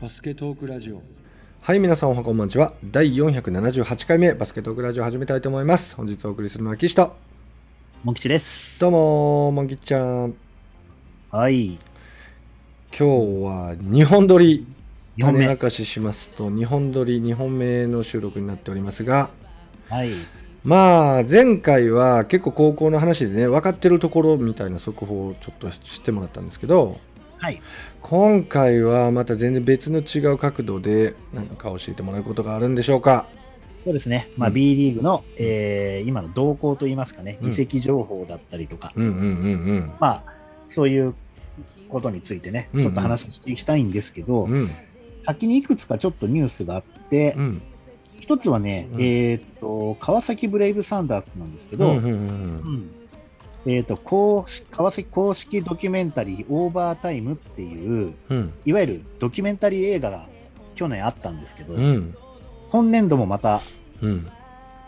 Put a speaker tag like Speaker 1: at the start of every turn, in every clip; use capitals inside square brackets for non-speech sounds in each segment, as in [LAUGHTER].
Speaker 1: バスケトークラジオ
Speaker 2: はい、皆さんおはこんばんちは。第478回目、バスケットークラジオ始めたいと思います。本日お送りするのは岸と。
Speaker 3: モン吉です。
Speaker 2: どうもー、もぎちゃん。
Speaker 3: はい。
Speaker 2: 今日は2本撮り、
Speaker 3: 4本
Speaker 2: 種明
Speaker 3: 目。
Speaker 2: かししますと、2本撮り、2本目の収録になっておりますが、
Speaker 3: はい。
Speaker 2: まあ、前回は結構高校の話でね、分かってるところみたいな速報をちょっと知ってもらったんですけど、
Speaker 3: はい。
Speaker 2: 今回はまた全然別の違う角度で何か教えてもらうことがあるんでしょうか。
Speaker 3: そうですね。まあ、
Speaker 2: うん
Speaker 3: B リーグの、えー今の動向といいますかね、
Speaker 2: うん
Speaker 3: 移籍情報だったりとか、
Speaker 2: うんうんうん
Speaker 3: まあ、そういうことについてね、
Speaker 2: うんうん
Speaker 3: ちょっと話していきたいんですけど、
Speaker 2: うん。うん
Speaker 3: 先にいくつかちょっとニュースがあって
Speaker 2: う、ん。
Speaker 3: 一つはね、
Speaker 2: うん
Speaker 3: えーっと、川崎ブレイブサンダースなんですけ
Speaker 2: う
Speaker 3: ど、
Speaker 2: んうんうんうん
Speaker 3: うんえーっと公式川崎公式ドキュメンタリーオーバータイムっていう、
Speaker 2: うん
Speaker 3: いわゆるドキュメンタリー映画が去年あったんですけど、
Speaker 2: うん
Speaker 3: 今年度もまた
Speaker 2: うん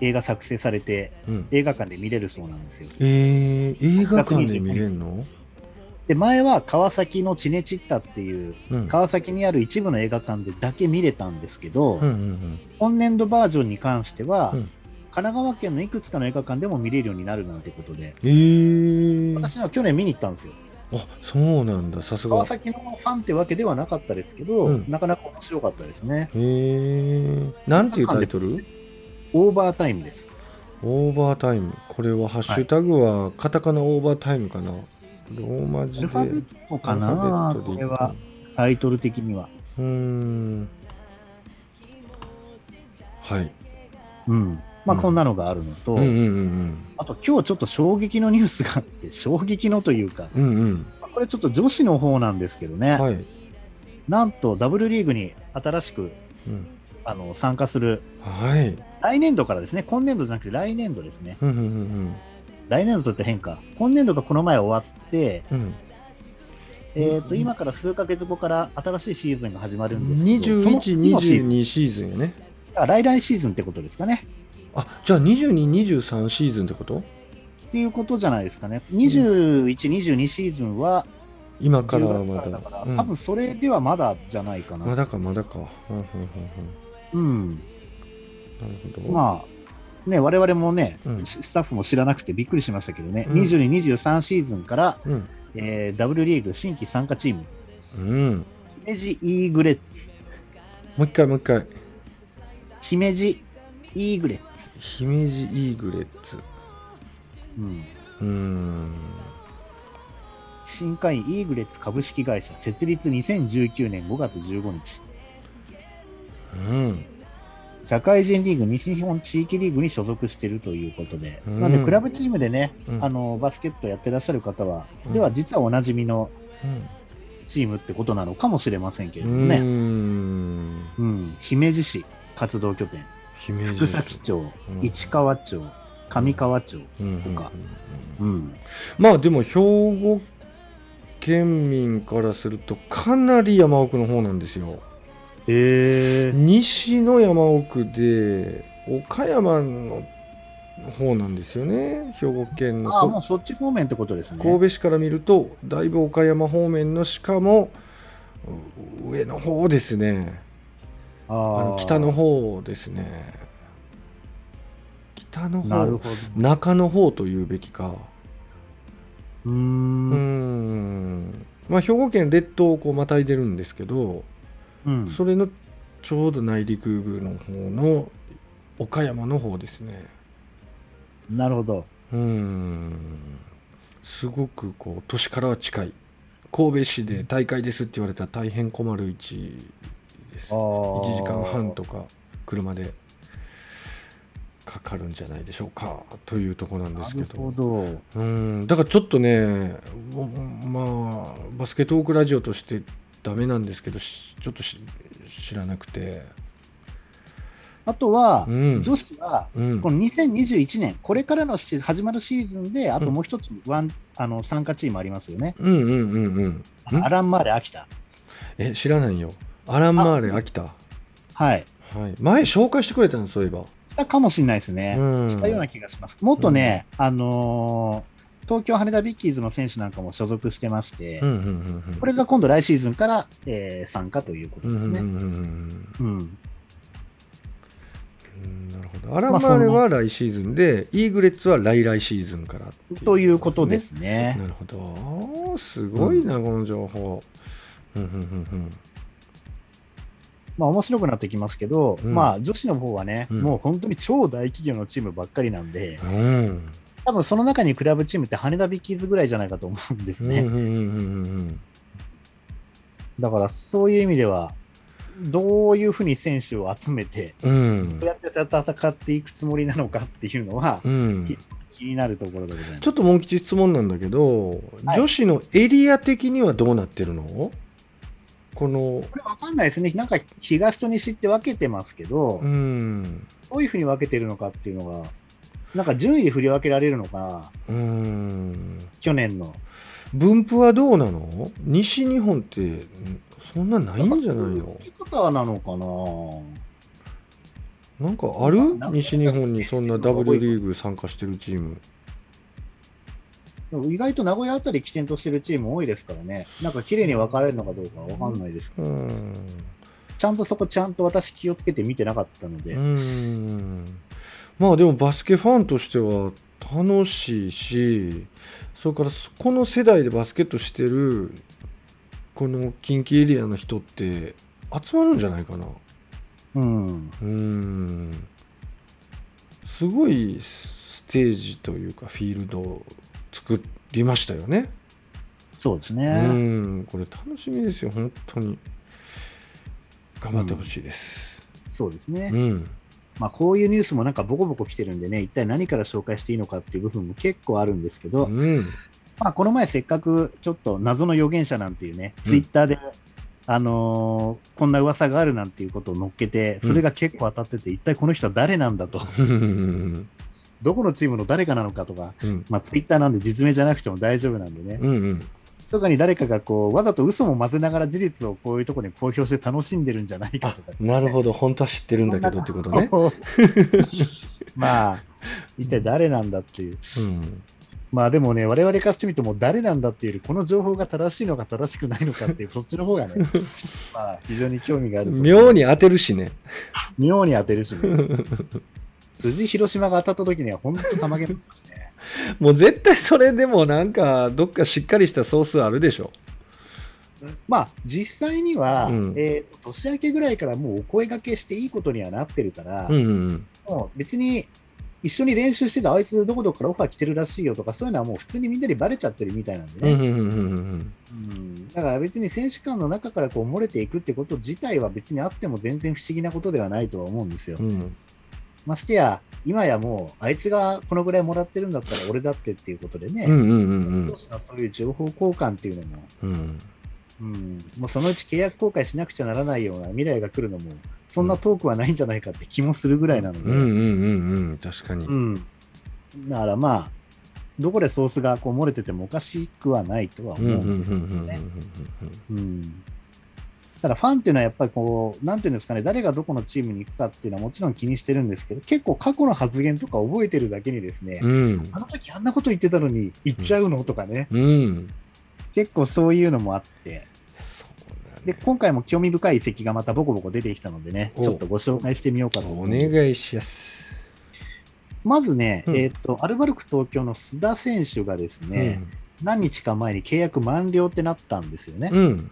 Speaker 3: 映画作成されて
Speaker 2: うん
Speaker 3: 映画館で見れるそうなんですよ
Speaker 2: えー、映画館で見れるの、
Speaker 3: で前は川崎のチネチッタっていう
Speaker 2: うん、
Speaker 3: 川崎にある一部の映画館でだけ見れたんですけど、
Speaker 2: うんうん
Speaker 3: 今年度バージョンに関しては、
Speaker 2: うん
Speaker 3: 神奈川県のいくつかの映画館でも見れるようになるなんてことで
Speaker 2: うんえー、
Speaker 3: 私は去年見に行ったんですよ
Speaker 2: あそうなんださす
Speaker 3: 川
Speaker 2: が
Speaker 3: 崎のファンってわけではなかったですけど、
Speaker 2: うん
Speaker 3: なかなか面白かったですね
Speaker 2: えー、なんていうタイトル
Speaker 3: オーバータイムです
Speaker 2: オーバータイムこれはハッシュタグはカタカナオーバータイムかなローマ
Speaker 3: ア
Speaker 2: 字で
Speaker 3: ルファベットか
Speaker 2: アルフ
Speaker 3: な
Speaker 2: ァベット
Speaker 3: こ
Speaker 2: で
Speaker 3: れはタイトル的には
Speaker 2: うーんはい
Speaker 3: うんまあ
Speaker 2: うん
Speaker 3: こんなのがあるのと、
Speaker 2: うんうんうん
Speaker 3: あと今日ちょっと衝撃のニュースがあって、 [LAUGHS] 衝撃のというか、
Speaker 2: うんうんうん
Speaker 3: まあこれちょっと女子の方なんですけどね、
Speaker 2: はい、
Speaker 3: なんと W リーグに新しく
Speaker 2: うん、
Speaker 3: あの参加する、
Speaker 2: はい
Speaker 3: 来年度からですね、今年度じゃなくて来年度ですね、
Speaker 2: うんうん
Speaker 3: 来年度といって変化、今年度がこの前終わって、
Speaker 2: うんうん
Speaker 3: えー、と今から数ヶ月後から新しいシーズンが始まるんですけど、その次のシーズン
Speaker 2: 2122シーズンよね
Speaker 3: あ来来シーズンってことですかね。
Speaker 2: あじゃあ2223シーズンってこと
Speaker 3: っていうことじゃないですかね、21、22シーズンは
Speaker 2: 今からは
Speaker 3: 10
Speaker 2: ま
Speaker 3: 月か
Speaker 2: だ
Speaker 3: らだから、
Speaker 2: うん
Speaker 3: 多分それではまだじゃないかな。
Speaker 2: まだかまだか、うんうん
Speaker 3: うん
Speaker 2: うんうん、なるほど
Speaker 3: まあ、ね、我々もね、
Speaker 2: うん
Speaker 3: ススタッフも知らなくてびっくりしましたけどね、
Speaker 2: うん
Speaker 3: 22、23シーズンから、
Speaker 2: うん
Speaker 3: えー、W リーグ新規参加チーム、
Speaker 2: うん、
Speaker 3: 姫路イーグレッツ、
Speaker 2: もう一回もう一回
Speaker 3: 姫路イーグレッツ、
Speaker 2: 姫路イーグレッツ
Speaker 3: うん
Speaker 2: うーん
Speaker 3: 新会員イーグレッツ株式会社、設立2019年5月15日、
Speaker 2: うん
Speaker 3: 社会人リーグ、西日本地域リーグに所属しているということで、
Speaker 2: うん
Speaker 3: なので、クラブチームでね、
Speaker 2: うん
Speaker 3: あのバスケットやってらっしゃる方は、
Speaker 2: うん
Speaker 3: では実はおなじみの
Speaker 2: うん
Speaker 3: チームってことなのかもしれませんけれ
Speaker 2: う
Speaker 3: どもね。
Speaker 2: ーん
Speaker 3: うん、姫路市活動拠点、
Speaker 2: 姫路
Speaker 3: 福崎町、
Speaker 2: うん
Speaker 3: 市川町、上川町、
Speaker 2: うんうんうん
Speaker 3: とかうん、
Speaker 2: まあでも兵庫県民からするとかなり山奥の方なんですよ
Speaker 3: え
Speaker 2: 西の山奥で岡山の方なんですよね兵庫県の
Speaker 3: ああ、
Speaker 2: こ
Speaker 3: もうそっち方面ってことですね。
Speaker 2: 神戸市から見るとだいぶ岡山方面のしかもう上の方ですねあ
Speaker 3: あ
Speaker 2: の
Speaker 3: あ
Speaker 2: 北の方ですね北の
Speaker 3: なる
Speaker 2: 方
Speaker 3: ほど。
Speaker 2: 中の方というべきか
Speaker 3: うー、
Speaker 2: うんんまあ兵庫県列島をこうまたいでるんですけど
Speaker 3: うん、
Speaker 2: それのちょうど内陸部の方の岡山の方ですね
Speaker 3: なるほど。
Speaker 2: うーんすごくこう都市からは近い神戸市で大会ですって言われたら大変困る位置です
Speaker 3: ああ
Speaker 2: 1時間半とか車でかかるんじゃないでしょうかというところなんですけ
Speaker 3: なるほ
Speaker 2: ど
Speaker 3: ど。
Speaker 2: うんだからちょっとねもまあバスケトークラジオとしてダメなんですけどしちょっとし知らなくて
Speaker 3: あとは、
Speaker 2: うん
Speaker 3: 女子は、
Speaker 2: うん
Speaker 3: この2021年、これからのシーズン始まるシーズンで、あともう一つワン、あの参加チームありますよね。
Speaker 2: うんうんうんうんん
Speaker 3: アランマーレ秋田。
Speaker 2: え知らないよアラン・マーレ秋田
Speaker 3: はい。
Speaker 2: はい、前紹介してくれたのそういえば、
Speaker 3: したかもしれないですね。
Speaker 2: うん
Speaker 3: したような気がします。もっとね、あのー東京羽田ビッキーズの選手なんかも所属してまして、
Speaker 2: うんうんうんうん
Speaker 3: これが今度来シーズンから、えー参加ということ
Speaker 2: うん
Speaker 3: です
Speaker 2: うんうんう
Speaker 3: ね。
Speaker 2: んうん
Speaker 3: う
Speaker 2: う
Speaker 3: ん。
Speaker 2: んなるほどアラマーレは来シーズンで、イーグレッツは来来シーズンからって
Speaker 3: ということで
Speaker 2: ね
Speaker 3: すね。
Speaker 2: なるほどあーすごいな、この情報うんうんうん
Speaker 3: まあ面白くなってきますけど、
Speaker 2: うん
Speaker 3: まあ女子の方はね、
Speaker 2: うん
Speaker 3: もう本当に超大企業のチームばっかりなんで、
Speaker 2: うんうん
Speaker 3: 多分その中にクラブチームって羽田ビッキーズぐらいじゃないかと思うんですね。
Speaker 2: うんうんうんうんうん
Speaker 3: だからそういう意味では、どういうふうに選手を集めて、
Speaker 2: うん
Speaker 3: どうやって戦っていくつもりなのかっていうのは
Speaker 2: うん
Speaker 3: 気になるところでございます。
Speaker 2: ちょっとモン吉質問なんだけど、
Speaker 3: はい
Speaker 2: 女子のエリア的にはどうなってるのこの
Speaker 3: これわかんないですね。なんか東と西って分けてますけど、
Speaker 2: うん
Speaker 3: どういうふうに分けてるのかっていうのが、なんか順位で振り分けられるのか、
Speaker 2: うん
Speaker 3: 去年の。
Speaker 2: 分布はどうなの西日本ってんそんなないんじゃないの
Speaker 3: 分け方なのかな
Speaker 2: なんかある
Speaker 3: なんか
Speaker 2: 西日本にそんな W リーグ参加してるチーム
Speaker 3: でも意外と名古屋あたり起点としてるチーム多いですからね、なんか綺麗に分かれるのかどうかわかんないですけ
Speaker 2: うん
Speaker 3: ど、ちゃんとそこ、ちゃんと私、気をつけて見てなかったので、
Speaker 2: うんまあでもバスケファンとしては楽しいしそれからそこの世代でバスケットしてるこの近畿エリアの人って集まるんじゃないかな
Speaker 3: うん、
Speaker 2: うんすごいステージというかフィールドを作りましたよね。
Speaker 3: そうです
Speaker 2: う
Speaker 3: ね、
Speaker 2: んこれ楽しみですよ本当に頑張ってほしいです。
Speaker 3: そうですね、
Speaker 2: うん
Speaker 3: まあ、こういうニュースもなんかボコボコ来てるんでね、一体何から紹介していいのかっていう部分も結構あるんですけど、
Speaker 2: うん
Speaker 3: まあ、この前、せっかくちょっと謎の預言者なんていうね、
Speaker 2: うん
Speaker 3: ツイッターで、あのーこんな噂があるなんていうことを乗っけて、それが結構当たってて、一体この人は誰なんだと、 [LAUGHS]
Speaker 2: うん
Speaker 3: どこのチームの誰かなのかとか、
Speaker 2: うん
Speaker 3: まあ、ツイッターなんで実名じゃなくても大丈夫なんでね、
Speaker 2: うんうん
Speaker 3: 密かに誰かがこうわざと嘘も混ぜながら事実をこういうところに公表して楽しんでるんじゃないか
Speaker 2: あ
Speaker 3: とか、
Speaker 2: なるほど本当は知ってるんだけどってことね。
Speaker 3: [LAUGHS] まあ、一体誰なんだっていう。
Speaker 2: うん
Speaker 3: まあでもね、我々からしてみても誰なんだっていうより、この情報が正しいのか正しくないのか
Speaker 2: [LAUGHS]
Speaker 3: っていう、こっちの方がね、まあ非常に興味があるところ。
Speaker 2: 妙に当てるしね。
Speaker 3: 妙に当て
Speaker 2: [LAUGHS]
Speaker 3: るしね。辻広島が当たった時には本当たまげんですね。
Speaker 2: もう絶対それでもなんかどっかしっかりしたソースあるでしょ。
Speaker 3: まあ、実際には、
Speaker 2: うん
Speaker 3: えー年明けぐらいからもうお声掛けしていいことにはなってるから、
Speaker 2: うんうん
Speaker 3: もう別に一緒に練習してたあいつどこどこからオファー来てるらしいよとか、そういうのはもう普通にみんなにバレちゃってるみたいなんで
Speaker 2: うんうん
Speaker 3: ね、
Speaker 2: うんうんうん
Speaker 3: うんだから別に選手間の中からこう漏れていくってこと自体は別にあっても全然不思議なことではないとは思うんですよ。
Speaker 2: うん
Speaker 3: ましてや、今やもう、あいつがこのぐらいもらってるんだったら俺だってっていうことで
Speaker 2: うんう
Speaker 3: ね、
Speaker 2: んうん
Speaker 3: 当時のそういう情報交換っていうのも、
Speaker 2: うんうん
Speaker 3: うん、もうそのうち契約更改しなくちゃならないような未来が来るのも、そんな遠くはないんじゃないかって気もするぐらいなので。
Speaker 2: うんうんうんうん確かに。
Speaker 3: うん、だからまあ、どこでソースがこう漏れててもおかしくはないとは
Speaker 2: うんうんう
Speaker 3: 思う。
Speaker 2: んうんうんうん
Speaker 3: うんただファンっていうのはやっぱりこう、なんていうんですかね、誰がどこのチームに行くかっていうのはもちろん気にしてるんですけど、結構過去の発言とか覚えてるだけにですね、
Speaker 2: うん
Speaker 3: あの時あんなこと言ってたのに行っちゃうのとかね、
Speaker 2: うん
Speaker 3: 結構そういうのもあって、
Speaker 2: そうだ
Speaker 3: で、
Speaker 2: ね
Speaker 3: 今回も興味深い遺跡がまたボコボコ出てきたのでね、
Speaker 2: お
Speaker 3: ちょっとご紹介してみようかと
Speaker 2: お
Speaker 3: 思います。
Speaker 2: 願いします。
Speaker 3: まずね、
Speaker 2: うん
Speaker 3: えっ、と、アルバルク東京の須田選手がですね、何日か前に契約満了ってなったんですよね
Speaker 2: う。ん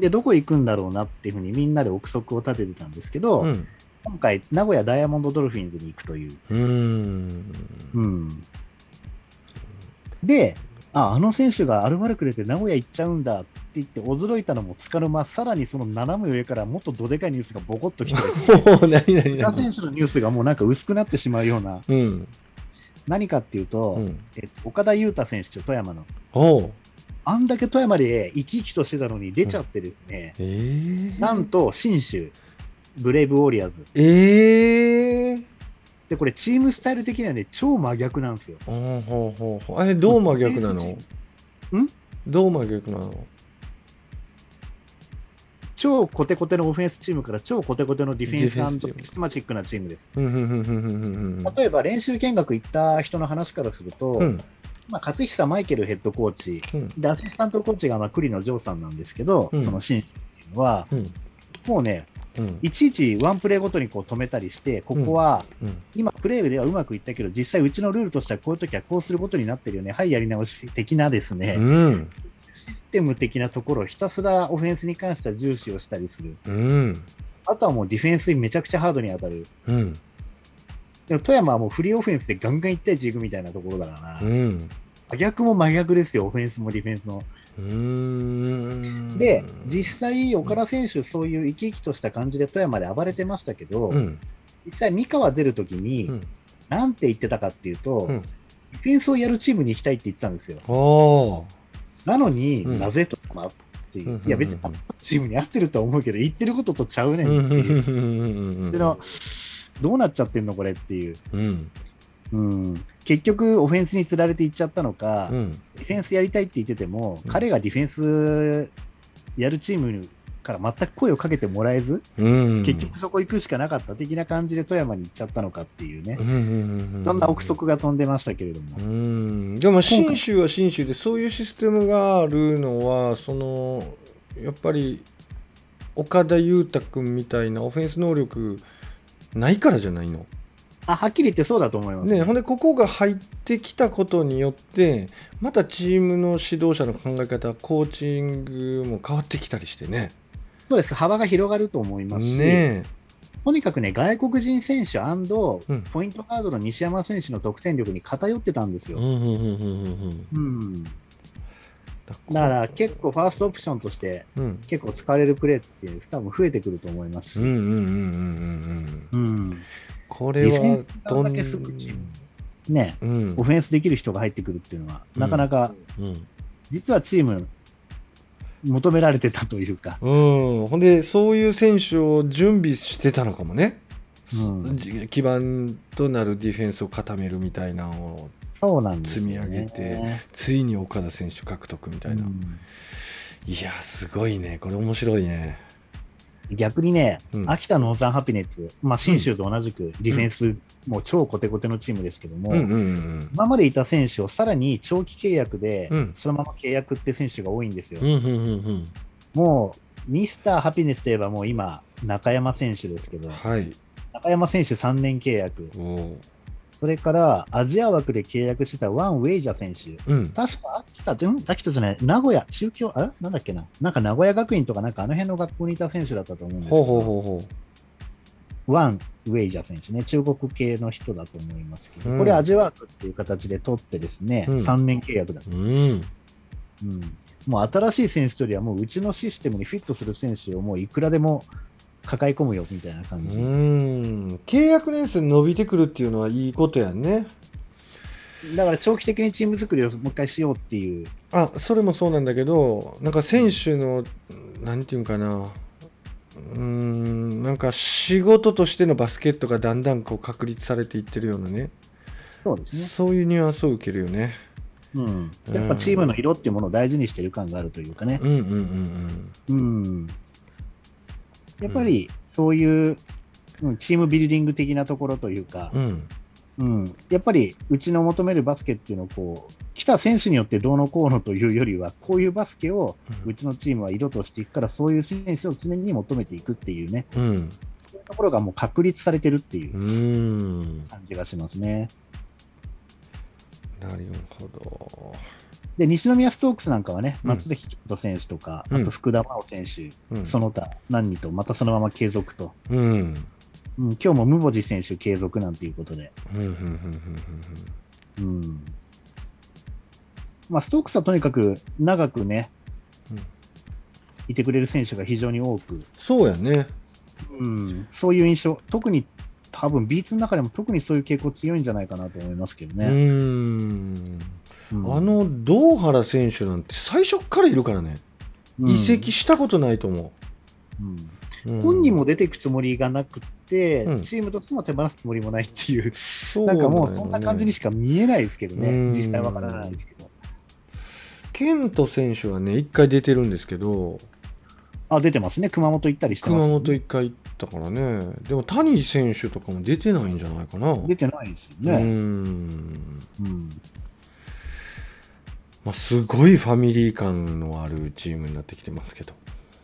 Speaker 3: で、どこ行くんだろうなっていうふうにみんなで憶測を立ててたんですけど、
Speaker 2: うん
Speaker 3: 今回、名古屋ダイヤモンドドルフィンズに行くという。
Speaker 2: うん
Speaker 3: うん、であ、あの選手がアルバルクレで名古屋行っちゃうんだって言って驚いたのもつかの間、さらにその斜め上からもっとどでかいニュースがボコッ
Speaker 2: [LAUGHS]
Speaker 3: ときて、
Speaker 2: もう何何
Speaker 3: 須田
Speaker 2: 何
Speaker 3: 選手のニュースがもうなんか薄くなってしまうような、
Speaker 2: うん
Speaker 3: 何かっていうと、
Speaker 2: うん
Speaker 3: えっと、岡田裕太選手、富山の。
Speaker 2: おう
Speaker 3: あんだけ富山で生き生きとしてたのに出ちゃってですね、
Speaker 2: えー
Speaker 3: なんと、新州、ブレイブウォリアーズ。
Speaker 2: えー
Speaker 3: で、これ、チームスタイル的にはね、超真逆なんですよ。
Speaker 2: ほうほうほうほうえどう真逆なの
Speaker 3: ん
Speaker 2: どう真逆なの
Speaker 3: 超コテコテのオフェンスチームから超コテコテのディフェンス
Speaker 2: ディ
Speaker 3: ア
Speaker 2: フェン
Speaker 3: ン
Speaker 2: スチ
Speaker 3: ド
Speaker 2: ーム
Speaker 3: システマチックなチームです。
Speaker 2: うんうんうんうんうんうん
Speaker 3: 例えば、練習見学行った人の話からすると、
Speaker 2: うん
Speaker 3: まあ、勝久マイケルヘッドコーチ、
Speaker 2: うん
Speaker 3: でアシスタントコーチがまあ栗野城さんなんですけど、
Speaker 2: うん
Speaker 3: そのシーンっていうのは、
Speaker 2: うん
Speaker 3: もうね、
Speaker 2: うん
Speaker 3: いちいちワンプレーごとにこう止めたりして、ここは
Speaker 2: うん
Speaker 3: 今、プレーではうまくいったけど、実際、うちのルールとしてはこういう時はこうすることになってるよね、はい、やり直し的なですね、
Speaker 2: うん
Speaker 3: システム的なところをひたすらオフェンスに関しては重視をしたりする、
Speaker 2: うん
Speaker 3: あとはもうディフェンスにめちゃくちゃハードに当たる、
Speaker 2: うん
Speaker 3: でも富山はもうフリーオフェンスでガンガン1対1いくみたいなところだから
Speaker 2: う
Speaker 3: な、
Speaker 2: ん
Speaker 3: 真逆も真逆ですよ、オフェンスもディフェンスも。
Speaker 2: うん
Speaker 3: で、実際、岡田選手、そういう生き生きとした感じで富山で暴れてましたけど、
Speaker 2: うん
Speaker 3: 実際、三河出るときに、
Speaker 2: うん
Speaker 3: なんて言ってたかっていうと、
Speaker 2: うん
Speaker 3: ディフェンスをやるチームに行きたいって言ってたんですよ。
Speaker 2: ああ
Speaker 3: なのに、
Speaker 2: うん
Speaker 3: なぜとかなっていう、
Speaker 2: うん
Speaker 3: いや、別に
Speaker 2: うん
Speaker 3: チームに合ってるとは思うけど、言ってることとちゃうね
Speaker 2: うんん
Speaker 3: っ
Speaker 2: う
Speaker 3: て
Speaker 2: ん
Speaker 3: いう。
Speaker 2: うん
Speaker 3: でのどうなっちゃってんの、これっていう、
Speaker 2: うん
Speaker 3: うん、結局、オフェンスにつられていっちゃったのか、
Speaker 2: うん
Speaker 3: ディフェンスやりたいって言ってても、
Speaker 2: うん
Speaker 3: 彼がディフェンスやるチームから全く声をかけてもらえず、
Speaker 2: うん
Speaker 3: 結局そこ行くしかなかった的な感じで富山に行っちゃったのかっていうね
Speaker 2: う、んうんうん
Speaker 3: そんな憶測が飛んでましたけれども
Speaker 2: う、んでも信州は信州でそういうシステムがあるのはそのやっぱり岡田裕太君みたいなオフェンス能力ないからじゃないの。
Speaker 3: あはっきり言ってそうだと思います、
Speaker 2: ね、ほんでここが入ってきたことによってまたチームの指導者の考え方コーチングも変わってきたりしてね。
Speaker 3: そうです、幅が広がると思いますし、
Speaker 2: ね
Speaker 3: とにかくね、外国人選手
Speaker 2: うん
Speaker 3: ポイントガードの西山選手の得点力に偏ってたんです
Speaker 2: え。
Speaker 3: よ。
Speaker 2: うんうんうんうんうん
Speaker 3: うん、だ
Speaker 2: うん
Speaker 3: から結構、ファーストオプションとして、
Speaker 2: うん
Speaker 3: 結構使われるプレーっていう、多分増えてくると思います
Speaker 2: う
Speaker 3: し。
Speaker 2: んうんうんうんうんうん
Speaker 3: うん
Speaker 2: これはど
Speaker 3: ディフェンスだ
Speaker 2: ん
Speaker 3: けすごいチームね、
Speaker 2: うん
Speaker 3: オフェンスできる人が入ってくるっていうのは、
Speaker 2: うん
Speaker 3: なかなか
Speaker 2: うん
Speaker 3: 実はチーム求められてたというか、
Speaker 2: うん、ほんでそういう選手を準備してたのかもね、
Speaker 3: うん
Speaker 2: じ基盤となるディフェンスを固めるみたいなのを
Speaker 3: そうなんですよ、ね、
Speaker 2: 積み上げてついに岡田選手獲得みたいな、
Speaker 3: うん
Speaker 2: いやすごいねこれ面白いね
Speaker 3: 逆にね、
Speaker 2: うん
Speaker 3: 秋田ノーザンハピネッツ、まあ、信州と同じくディフェンス、もう超コテコテのチームですけども、
Speaker 2: うんうんうん
Speaker 3: 今までいた選手をさらに長期契約で
Speaker 2: うん、
Speaker 3: そのまま契約って選手が多いんですよ。
Speaker 2: うんうんうんうん
Speaker 3: もう、ミスターハピネスといえば、もう今、中山選手ですけど、
Speaker 2: はい
Speaker 3: 中山選手3年契約、
Speaker 2: おー
Speaker 3: それからアジア枠で契約してたワン・ウェイジャー選手、
Speaker 2: うん
Speaker 3: 確か秋田、うん、秋田じゃない、名古屋、中京、あれなんだっけな、なんか名古屋学院とか、なんかあの辺の学校にいた選手だったと思うんですけ
Speaker 2: ほ
Speaker 3: ど、
Speaker 2: うほうほうほ
Speaker 3: ワン・ウェイジャー選手ね、中国系の人だと思いますけど、
Speaker 2: うん
Speaker 3: これ、アジワークっていう形で取ってですね、
Speaker 2: うん
Speaker 3: 3年契約だ、
Speaker 2: ううん
Speaker 3: うん、もう新しい選手というよりは、もううちのシステムにフィットする選手を、もういくらでも抱え込むよみたいな
Speaker 2: う
Speaker 3: 感じ、
Speaker 2: ん契約年数伸びてくるっていうのはいいことやんね
Speaker 3: だから長期的にチーム作りをもう一回しようっていう、
Speaker 2: あそれもそうなんだけどなんか選手のなんていうんかなうーんなんか仕事としてのバスケットがだんだんこう確立されていってるようなね
Speaker 3: そうですね。
Speaker 2: そういうニュアンスを受けるよね
Speaker 3: うん、やっぱチームの色っていうものを大事にしてる感があるというかね、
Speaker 2: うんうんうん
Speaker 3: うん、やっぱりそういう、うん、チームビルディング的なところというか
Speaker 2: う、んうん
Speaker 3: うん、やっぱりうちの求めるバスケっていうのをこう来た選手によってどうのこうのというよりはこういうバスケをうちのチームは色としていくからそういう選手を常に求めていくっていうね
Speaker 2: うん
Speaker 3: そういうところがもう確立されてるっていうう
Speaker 2: ーん
Speaker 3: 感じがしますね。
Speaker 2: なるほど
Speaker 3: で西宮ストークスなんかはね
Speaker 2: うん
Speaker 3: 松崎貴人選手とか、
Speaker 2: うん
Speaker 3: あと福田真央選手、
Speaker 2: うん
Speaker 3: その他何人とまたそのまま継続と、
Speaker 2: うんうん
Speaker 3: うん、今日もムボジ選手継続なんていうことで。
Speaker 2: うんうんうん
Speaker 3: うんまあ、ストークスはとにかく長くね、
Speaker 2: うん
Speaker 3: いてくれる選手が非常に多く、
Speaker 2: そうやね
Speaker 3: うん、そういう印象、特に多分 B2 の中でも特にそういう傾向強いんじゃないかなと思いますけど
Speaker 2: う
Speaker 3: ね。
Speaker 2: ーん
Speaker 3: うん
Speaker 2: あの堂原選手なんて最初っからいるからね
Speaker 3: うん
Speaker 2: 移籍したことないと思
Speaker 3: う
Speaker 2: う、
Speaker 3: ん
Speaker 2: うん
Speaker 3: 本人も出ていくつもりがなくて、
Speaker 2: うん
Speaker 3: チームとしても手放すつもりもないっていう、
Speaker 2: そう
Speaker 3: なん
Speaker 2: だ
Speaker 3: か
Speaker 2: よね
Speaker 3: もうそんな感じにしか見えないですけどね、
Speaker 2: うん
Speaker 3: 実際わからないですけど。
Speaker 2: ケント選手はね1回出てるんですけど
Speaker 3: あ、出てますね、熊本行ったりしてます、
Speaker 2: 熊本1回行ったからねでも谷選手とかも出てないんじゃないかな
Speaker 3: 出てないですよ
Speaker 2: う
Speaker 3: ね。
Speaker 2: ん
Speaker 3: うん
Speaker 2: まあ、すごいファミリー感のあるチームになってきてますけど。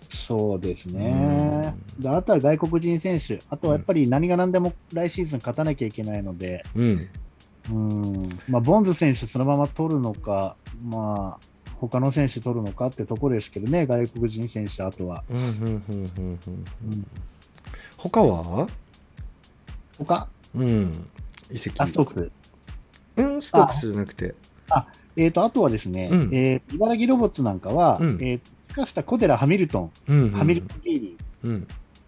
Speaker 3: そうですね、であとは外国人選手、あとはやっぱり何が何でも来シーズン勝たなきゃいけないので、
Speaker 2: うん。
Speaker 3: うんまあ、ボンズ選手、そのまま取るのか、まあ他の選手取るのかってとこですけどね、外国人選手、あとは。
Speaker 2: うんうんうんうんうんう
Speaker 3: うんん。
Speaker 2: 他は
Speaker 3: 他
Speaker 2: うん。移籍
Speaker 3: あストークス
Speaker 2: うん、ストックスじゃなくて。
Speaker 3: えー、とあとはですね、
Speaker 2: うん
Speaker 3: えー茨城ロボッツなんかは、
Speaker 2: うん
Speaker 3: えー生かした小寺ハミルトン、
Speaker 2: うんうん
Speaker 3: ハミルトン・ビーリ
Speaker 2: うん。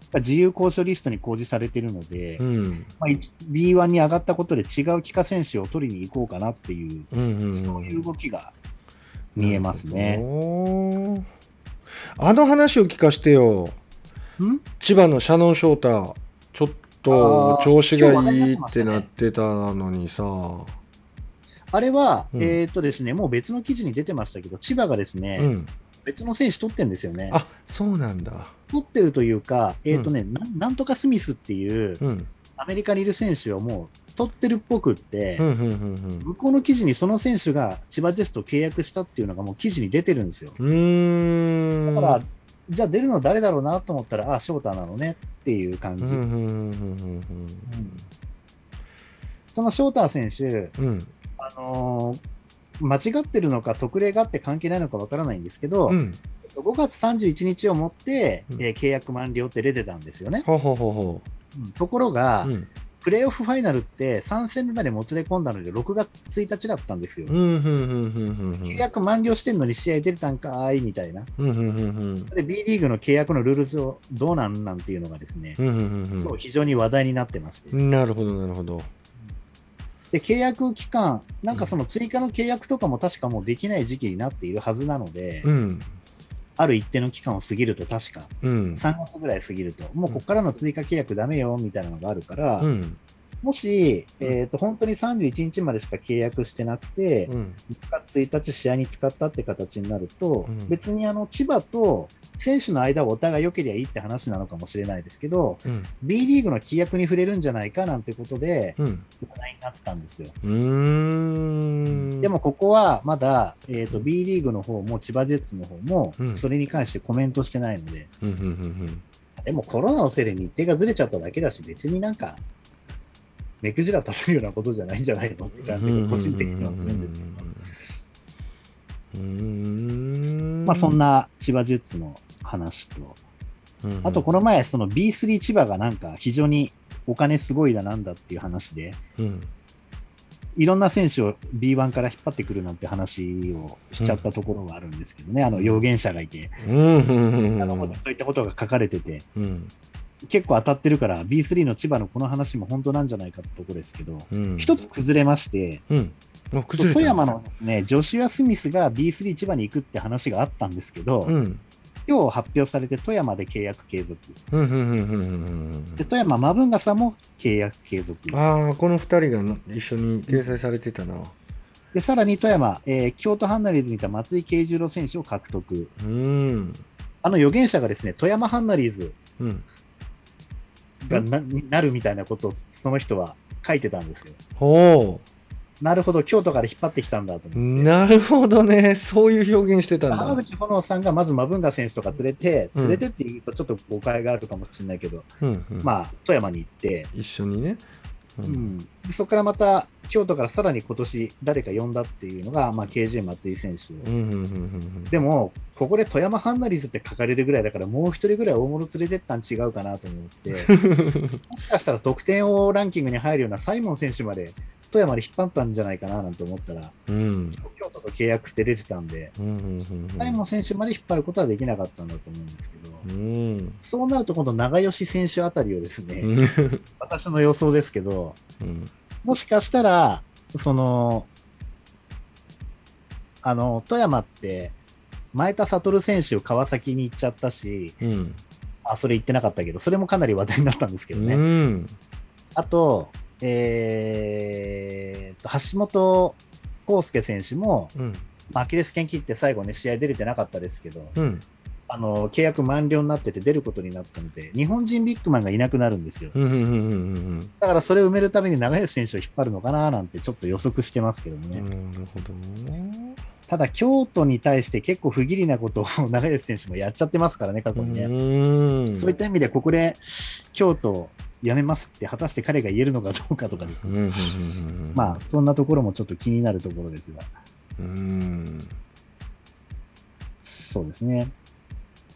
Speaker 3: ーが自由交渉リストに公示されているので、
Speaker 2: うん。
Speaker 3: まあ、一 B1 に上がったことで違う帰化選手を取りに行こうかなっていう、
Speaker 2: うんうんうん。
Speaker 3: そういう動きが見えますね。
Speaker 2: おー。あの話を聞かしてよ。
Speaker 3: ん
Speaker 2: 千葉のシャノン・ショータ、ちょっと
Speaker 3: あー
Speaker 2: 調子がいいってなってたのにさ。う
Speaker 3: あれは、
Speaker 2: うん
Speaker 3: えーっとですね、もう別の記事に出てましたけど、千葉がですね、
Speaker 2: ん。
Speaker 3: 別の選手取ってるんですよね。
Speaker 2: あ、そうなんだ。
Speaker 3: 取ってるというか、えーっとね、なん、なんとかスミスっていう、
Speaker 2: うん。
Speaker 3: アメリカにいる選手をもう取ってるっぽくって、
Speaker 2: うんうんうん
Speaker 3: 向こうの記事にその選手が千葉ジェスと契約したっていうのがもう記事に出てるんですよ。
Speaker 2: うん。うーん。
Speaker 3: だから、じゃあ出るの誰だろうなと思ったら、ああ、翔太なのねっていう感じ。
Speaker 2: うんうんうんうん
Speaker 3: その翔太選手、
Speaker 2: うんうん。
Speaker 3: あのー間違ってるのか、特例があって関係ないのかわからないんですけど、
Speaker 2: うん。
Speaker 3: 5月31日をもって、
Speaker 2: うん
Speaker 3: えー契約満了って出てたんですよね。
Speaker 2: ほうほうほうほ
Speaker 3: うんところが、
Speaker 2: う。うん。
Speaker 3: プレーオフファイナルって3戦目までもつれ込んだので、6月1日だったんですよ。
Speaker 2: うんうんうんうんうん
Speaker 3: 契約満了してんのに試合出てたんかーいみたいな。
Speaker 2: うんうんうんうん
Speaker 3: で、B リーグの契約のルール上、どうなんなんていうのがですね、
Speaker 2: うんうんうん
Speaker 3: 今日非常に話題になってまして、
Speaker 2: うんなるほどなるほど
Speaker 3: で、契約期間、なんかその追加の契約とかも確かもうできない時期になっているはずなので、
Speaker 2: うん
Speaker 3: ある一定の期間を過ぎると、確か
Speaker 2: うん
Speaker 3: 3月ぐらい過ぎると、もうここからの追加契約ダメよみたいなのがあるから、
Speaker 2: うん
Speaker 3: もし、えーと、本当に31日までしか契約してなくて、
Speaker 2: うん
Speaker 3: 1月1日試合に使ったって形になると、
Speaker 2: うん
Speaker 3: 別にあの千葉と選手の間はお互い良ければいいって話なのかもしれないですけど、
Speaker 2: うん
Speaker 3: B リーグの規約に触れるんじゃないかなんてことで、
Speaker 2: うん
Speaker 3: 話題になってたんですよ。
Speaker 2: うーん
Speaker 3: でもここはまだ、えー、と B リーグの方も千葉ジェッツの方も
Speaker 2: うん
Speaker 3: それに関してコメントしてないので、
Speaker 2: うんうんうん
Speaker 3: でもコロナのせいで日程がずれちゃっただけだし、別になんか目くじら立てるようなことじゃないんじゃないのって
Speaker 2: うん
Speaker 3: 感じが個人的にはするんですけど、
Speaker 2: うーん
Speaker 3: まあ、そんな千葉ジェッツの話と、
Speaker 2: うんうん
Speaker 3: あとこの前、その B3 千葉がなんか非常にお金すごいだなんだっていう話で、
Speaker 2: うん
Speaker 3: いろんな選手を B1 から引っ張ってくるなんて話をしちゃったところがあるんですけどね、あの予言者がいて、
Speaker 2: うんうんうんうん
Speaker 3: あの方でそういったことが書かれてて、
Speaker 2: うん
Speaker 3: 結構当たってるから、B3 の千葉のこの話も本当なんじゃないかってところですけど、
Speaker 2: うん
Speaker 3: 一つ崩れまして、
Speaker 2: うんあ崩れた
Speaker 3: 富山のですねジョシュア・スミスが B3 千葉に行くって話があったんですけど、
Speaker 2: うん
Speaker 3: 今日発表されて富山で契約継続、
Speaker 2: うんうんうんうんうんうん
Speaker 3: で富山、マブンガさんも契約継続。
Speaker 2: ああこの二人がな一緒に掲載されてたな
Speaker 3: で、さらに富山、えー京都ハンナリーズにいた松井慶十郎選手を獲得。
Speaker 2: うん
Speaker 3: あの予言者がですね、富山ハンナリーズ
Speaker 2: うん
Speaker 3: がな,、になるみたいなことをその人は書いてたんですよ。
Speaker 2: ほ
Speaker 3: なるほど、京都から引っ張ってきたんだと
Speaker 2: う
Speaker 3: 思って。
Speaker 2: なるほどねそういう表現してたん
Speaker 3: 浜
Speaker 2: だ
Speaker 3: 口炎さんがまずマブンガ選手とか連れて、
Speaker 2: うん
Speaker 3: 連れてって言うとちょっと誤解があるかもしれないけど、
Speaker 2: うんうん
Speaker 3: まあ、富山に行って、
Speaker 2: 一緒にねう
Speaker 3: うんん、でそこからまた京都からさらに今年誰か呼んだっていうのが、まあ、KJ 松井選手を
Speaker 2: うんうんうんうん
Speaker 3: でも、ここで富山ハンナリーズって書かれるぐらいだから、もう一人ぐらい大物連れてったん違うかなと思
Speaker 2: [LAUGHS]
Speaker 3: って、もしかしたら得点王ランキングに入るようなサイモン選手まで富山で引っ張ったんじゃないかななんて思ったら、
Speaker 2: うんうん
Speaker 3: 京都と契約して出てたんで、
Speaker 2: うんうんうん
Speaker 3: サイモン選手まで引っ張ることはできなかったんだと思うんですけど、
Speaker 2: うん
Speaker 3: そうなると今度、長吉選手あたりをです
Speaker 2: う
Speaker 3: ね、
Speaker 2: ん
Speaker 3: 私の予想ですけど、
Speaker 2: うん
Speaker 3: もしかしたら、その、あの、富山って、前田悟選手を川崎に行っちゃったし、
Speaker 2: うん
Speaker 3: あ、それ言ってなかったけど、それもかなり話題になったんですけどね。
Speaker 2: うん
Speaker 3: あと、えー、と橋本康介選手も、
Speaker 2: うん
Speaker 3: まあアキレス腱切って最後ね、試合出れてなかったですけど、
Speaker 2: うん
Speaker 3: あの、契約満了になってて出ることになったので、日本人ビッグマンがいなくなるんですよ。
Speaker 2: うんうんうんうん
Speaker 3: だからそれを埋めるために長吉選手を引っ張るのかななんてちょっと予測してますけど
Speaker 2: う
Speaker 3: ね。
Speaker 2: んなるほどね
Speaker 3: ただ、京都に対して結構不義理なことを長吉選手もやっちゃってますからね、過去にね。
Speaker 2: うん
Speaker 3: そういった意味で、ここで京都辞めますって、果たして彼が言えるのかどうかとかね、
Speaker 2: うんうんうんうん
Speaker 3: まあ、そんなところもちょっと気になるところですが、
Speaker 2: うん
Speaker 3: そうですね。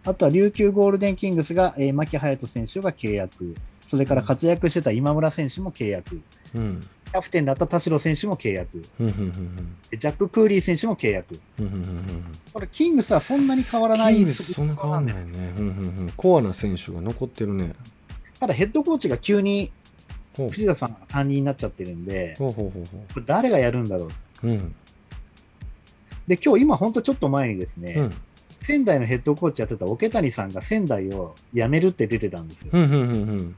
Speaker 3: あとは琉球ゴールデンキングスが、えー牧隼人選手が契約、それから活躍してた今村選手も契約、
Speaker 2: うんうん
Speaker 3: キャプテンだった田代選手も契約、
Speaker 2: うんうんうん
Speaker 3: でジャック・クーリー選手も契約。
Speaker 2: うんうんうん
Speaker 3: これ、キングスはそんなに変わらない。
Speaker 2: キングスそんな変わんないね、うんうんうん、コアな選手が残ってるね
Speaker 3: ただ、ヘッドコーチが急に
Speaker 2: ほう
Speaker 3: 藤田さんが担任になっちゃってるんで、
Speaker 2: ほうほうほうほ
Speaker 3: これ誰がやるんだろう。
Speaker 2: ううん
Speaker 3: で、今日今、本当ちょっと前にですね、
Speaker 2: うん
Speaker 3: 仙台のヘッドコーチやってた桶谷さんが仙台を辞めるって出てたんですよ。
Speaker 2: うんうんうん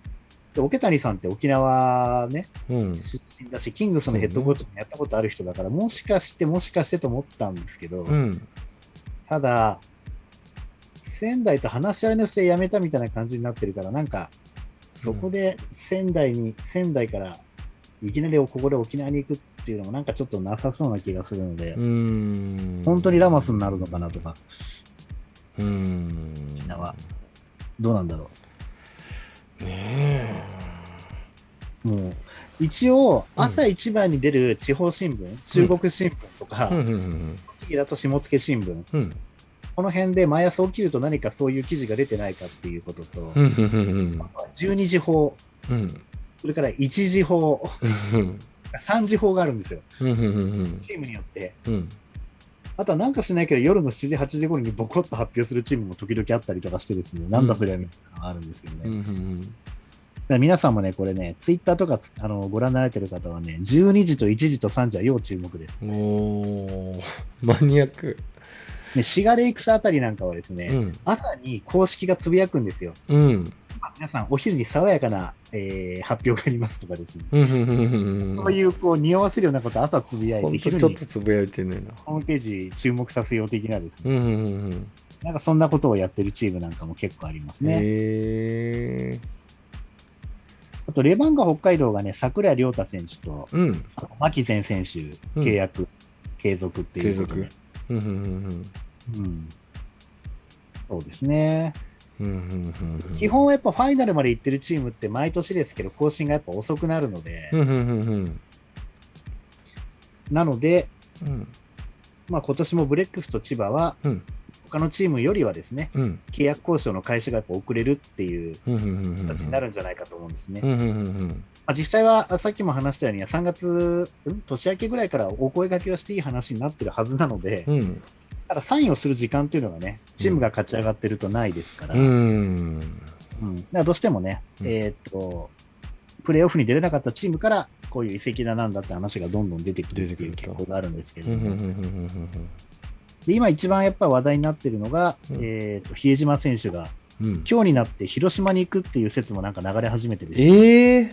Speaker 3: で桶谷さんって沖縄ね、
Speaker 2: うんうん
Speaker 3: 出身だし、キングスのヘッドコーチもやったことある人だから、もしかして、もしかしてと思ったんですけど、
Speaker 2: うん
Speaker 3: ただ、仙台と話し合いの末辞めたみたいな感じになってるから、なんか、そこで仙台に、仙台からいきなりここで沖縄に行くっていうのも、なんかちょっとなさそうな気がするので、
Speaker 2: うん
Speaker 3: 本当にラマスになるのかなとか、
Speaker 2: うんみ
Speaker 3: んなはどうなんだろ
Speaker 2: ね
Speaker 3: う。もう一応、朝一番に出る地方新聞、中国新聞とか
Speaker 2: え、うんうんうん
Speaker 3: 次だと下野新聞、
Speaker 2: うん
Speaker 3: この辺で毎朝起きると何かそういう記事が出てないかっていうことと、
Speaker 2: うんうんうん
Speaker 3: あとは12時法、
Speaker 2: うん
Speaker 3: それから1時法、
Speaker 2: うん
Speaker 3: 3時法があるんですよ、
Speaker 2: うんうんうん
Speaker 3: チームによって。
Speaker 2: うん
Speaker 3: あとはなんかしないけど、夜の7時、8時頃にボコッと発表するチームも時々あったりとかしてですね、なんだそりゃみたいなのがあるんですけどね。
Speaker 2: う
Speaker 3: だか
Speaker 2: んうん
Speaker 3: ら皆さんもね、これね、ツイッターとかつあのご覧になられてる方はね、12時と1時と3時は要注目です。
Speaker 2: うんおーマニアック
Speaker 3: ね、シガレイクスあたりなんかはですね、
Speaker 2: うん
Speaker 3: 朝に公式がつぶやくんですよ。
Speaker 2: うん
Speaker 3: まあ皆さん、お昼に爽やかな、えー発表がありますとかですね。
Speaker 2: うんうんうんうん
Speaker 3: そういう、こう、匂わせるようなこと朝つぶやい
Speaker 2: ほ
Speaker 3: て、
Speaker 2: んと
Speaker 3: 昼
Speaker 2: ちょっ
Speaker 3: に
Speaker 2: とつぶやいてねえな
Speaker 3: ホームページ注目させよう的なですね、
Speaker 2: うんうんうんうん
Speaker 3: なんかそんなことをやってるチームなんかも結構ありますね。
Speaker 2: へえ
Speaker 3: あと、レバンガ北海道がね、桜井亮太選手と、
Speaker 2: うん
Speaker 3: あと牧前選手、
Speaker 2: うん
Speaker 3: 契約、継続ってい
Speaker 2: 継
Speaker 3: うこと
Speaker 2: 続
Speaker 3: で。
Speaker 2: うんうん
Speaker 3: うん。そうですね。
Speaker 2: うんうんうんうんうん
Speaker 3: 基本はやっぱファイナルまで行ってるチームって毎年ですけど、更新がやっぱ遅くなるので、
Speaker 2: うんうんうんうん
Speaker 3: なので、
Speaker 2: うん
Speaker 3: まあ今年もブレックスと千葉は
Speaker 2: うん、
Speaker 3: 他のチームよりはですね、
Speaker 2: うん
Speaker 3: 契約交渉の開始がやっぱ遅れるっていう
Speaker 2: うんうんうんうん
Speaker 3: 形になるんじゃないかと思うんですね。
Speaker 2: うんうんうんうん
Speaker 3: まあ、実際はあさっきも話したように、3月、うん年明けぐらいからお声掛けをしていい話になってるはずなので、
Speaker 2: うん
Speaker 3: ただサインをする時間というのがね、チームが勝ち上がってるとないですから、
Speaker 2: う
Speaker 3: うん
Speaker 2: ん
Speaker 3: だからどうしてもね、
Speaker 2: うん
Speaker 3: えーっと、プレーオフに出れなかったチームから、こういう移籍だなんだって話がどんどん出てくるっていう
Speaker 2: 出てく
Speaker 3: 傾
Speaker 2: ると
Speaker 3: 向があるんですけ
Speaker 2: う
Speaker 3: れ
Speaker 2: んうん
Speaker 3: ど
Speaker 2: うん
Speaker 3: も、
Speaker 2: うんうん
Speaker 3: で今一番やっぱ話題になってるのが、
Speaker 2: うん
Speaker 3: えーっと、比江島選手が、
Speaker 2: うん
Speaker 3: 今日になって広島に行くっていう説もなんか流れ始めてですね
Speaker 2: ええ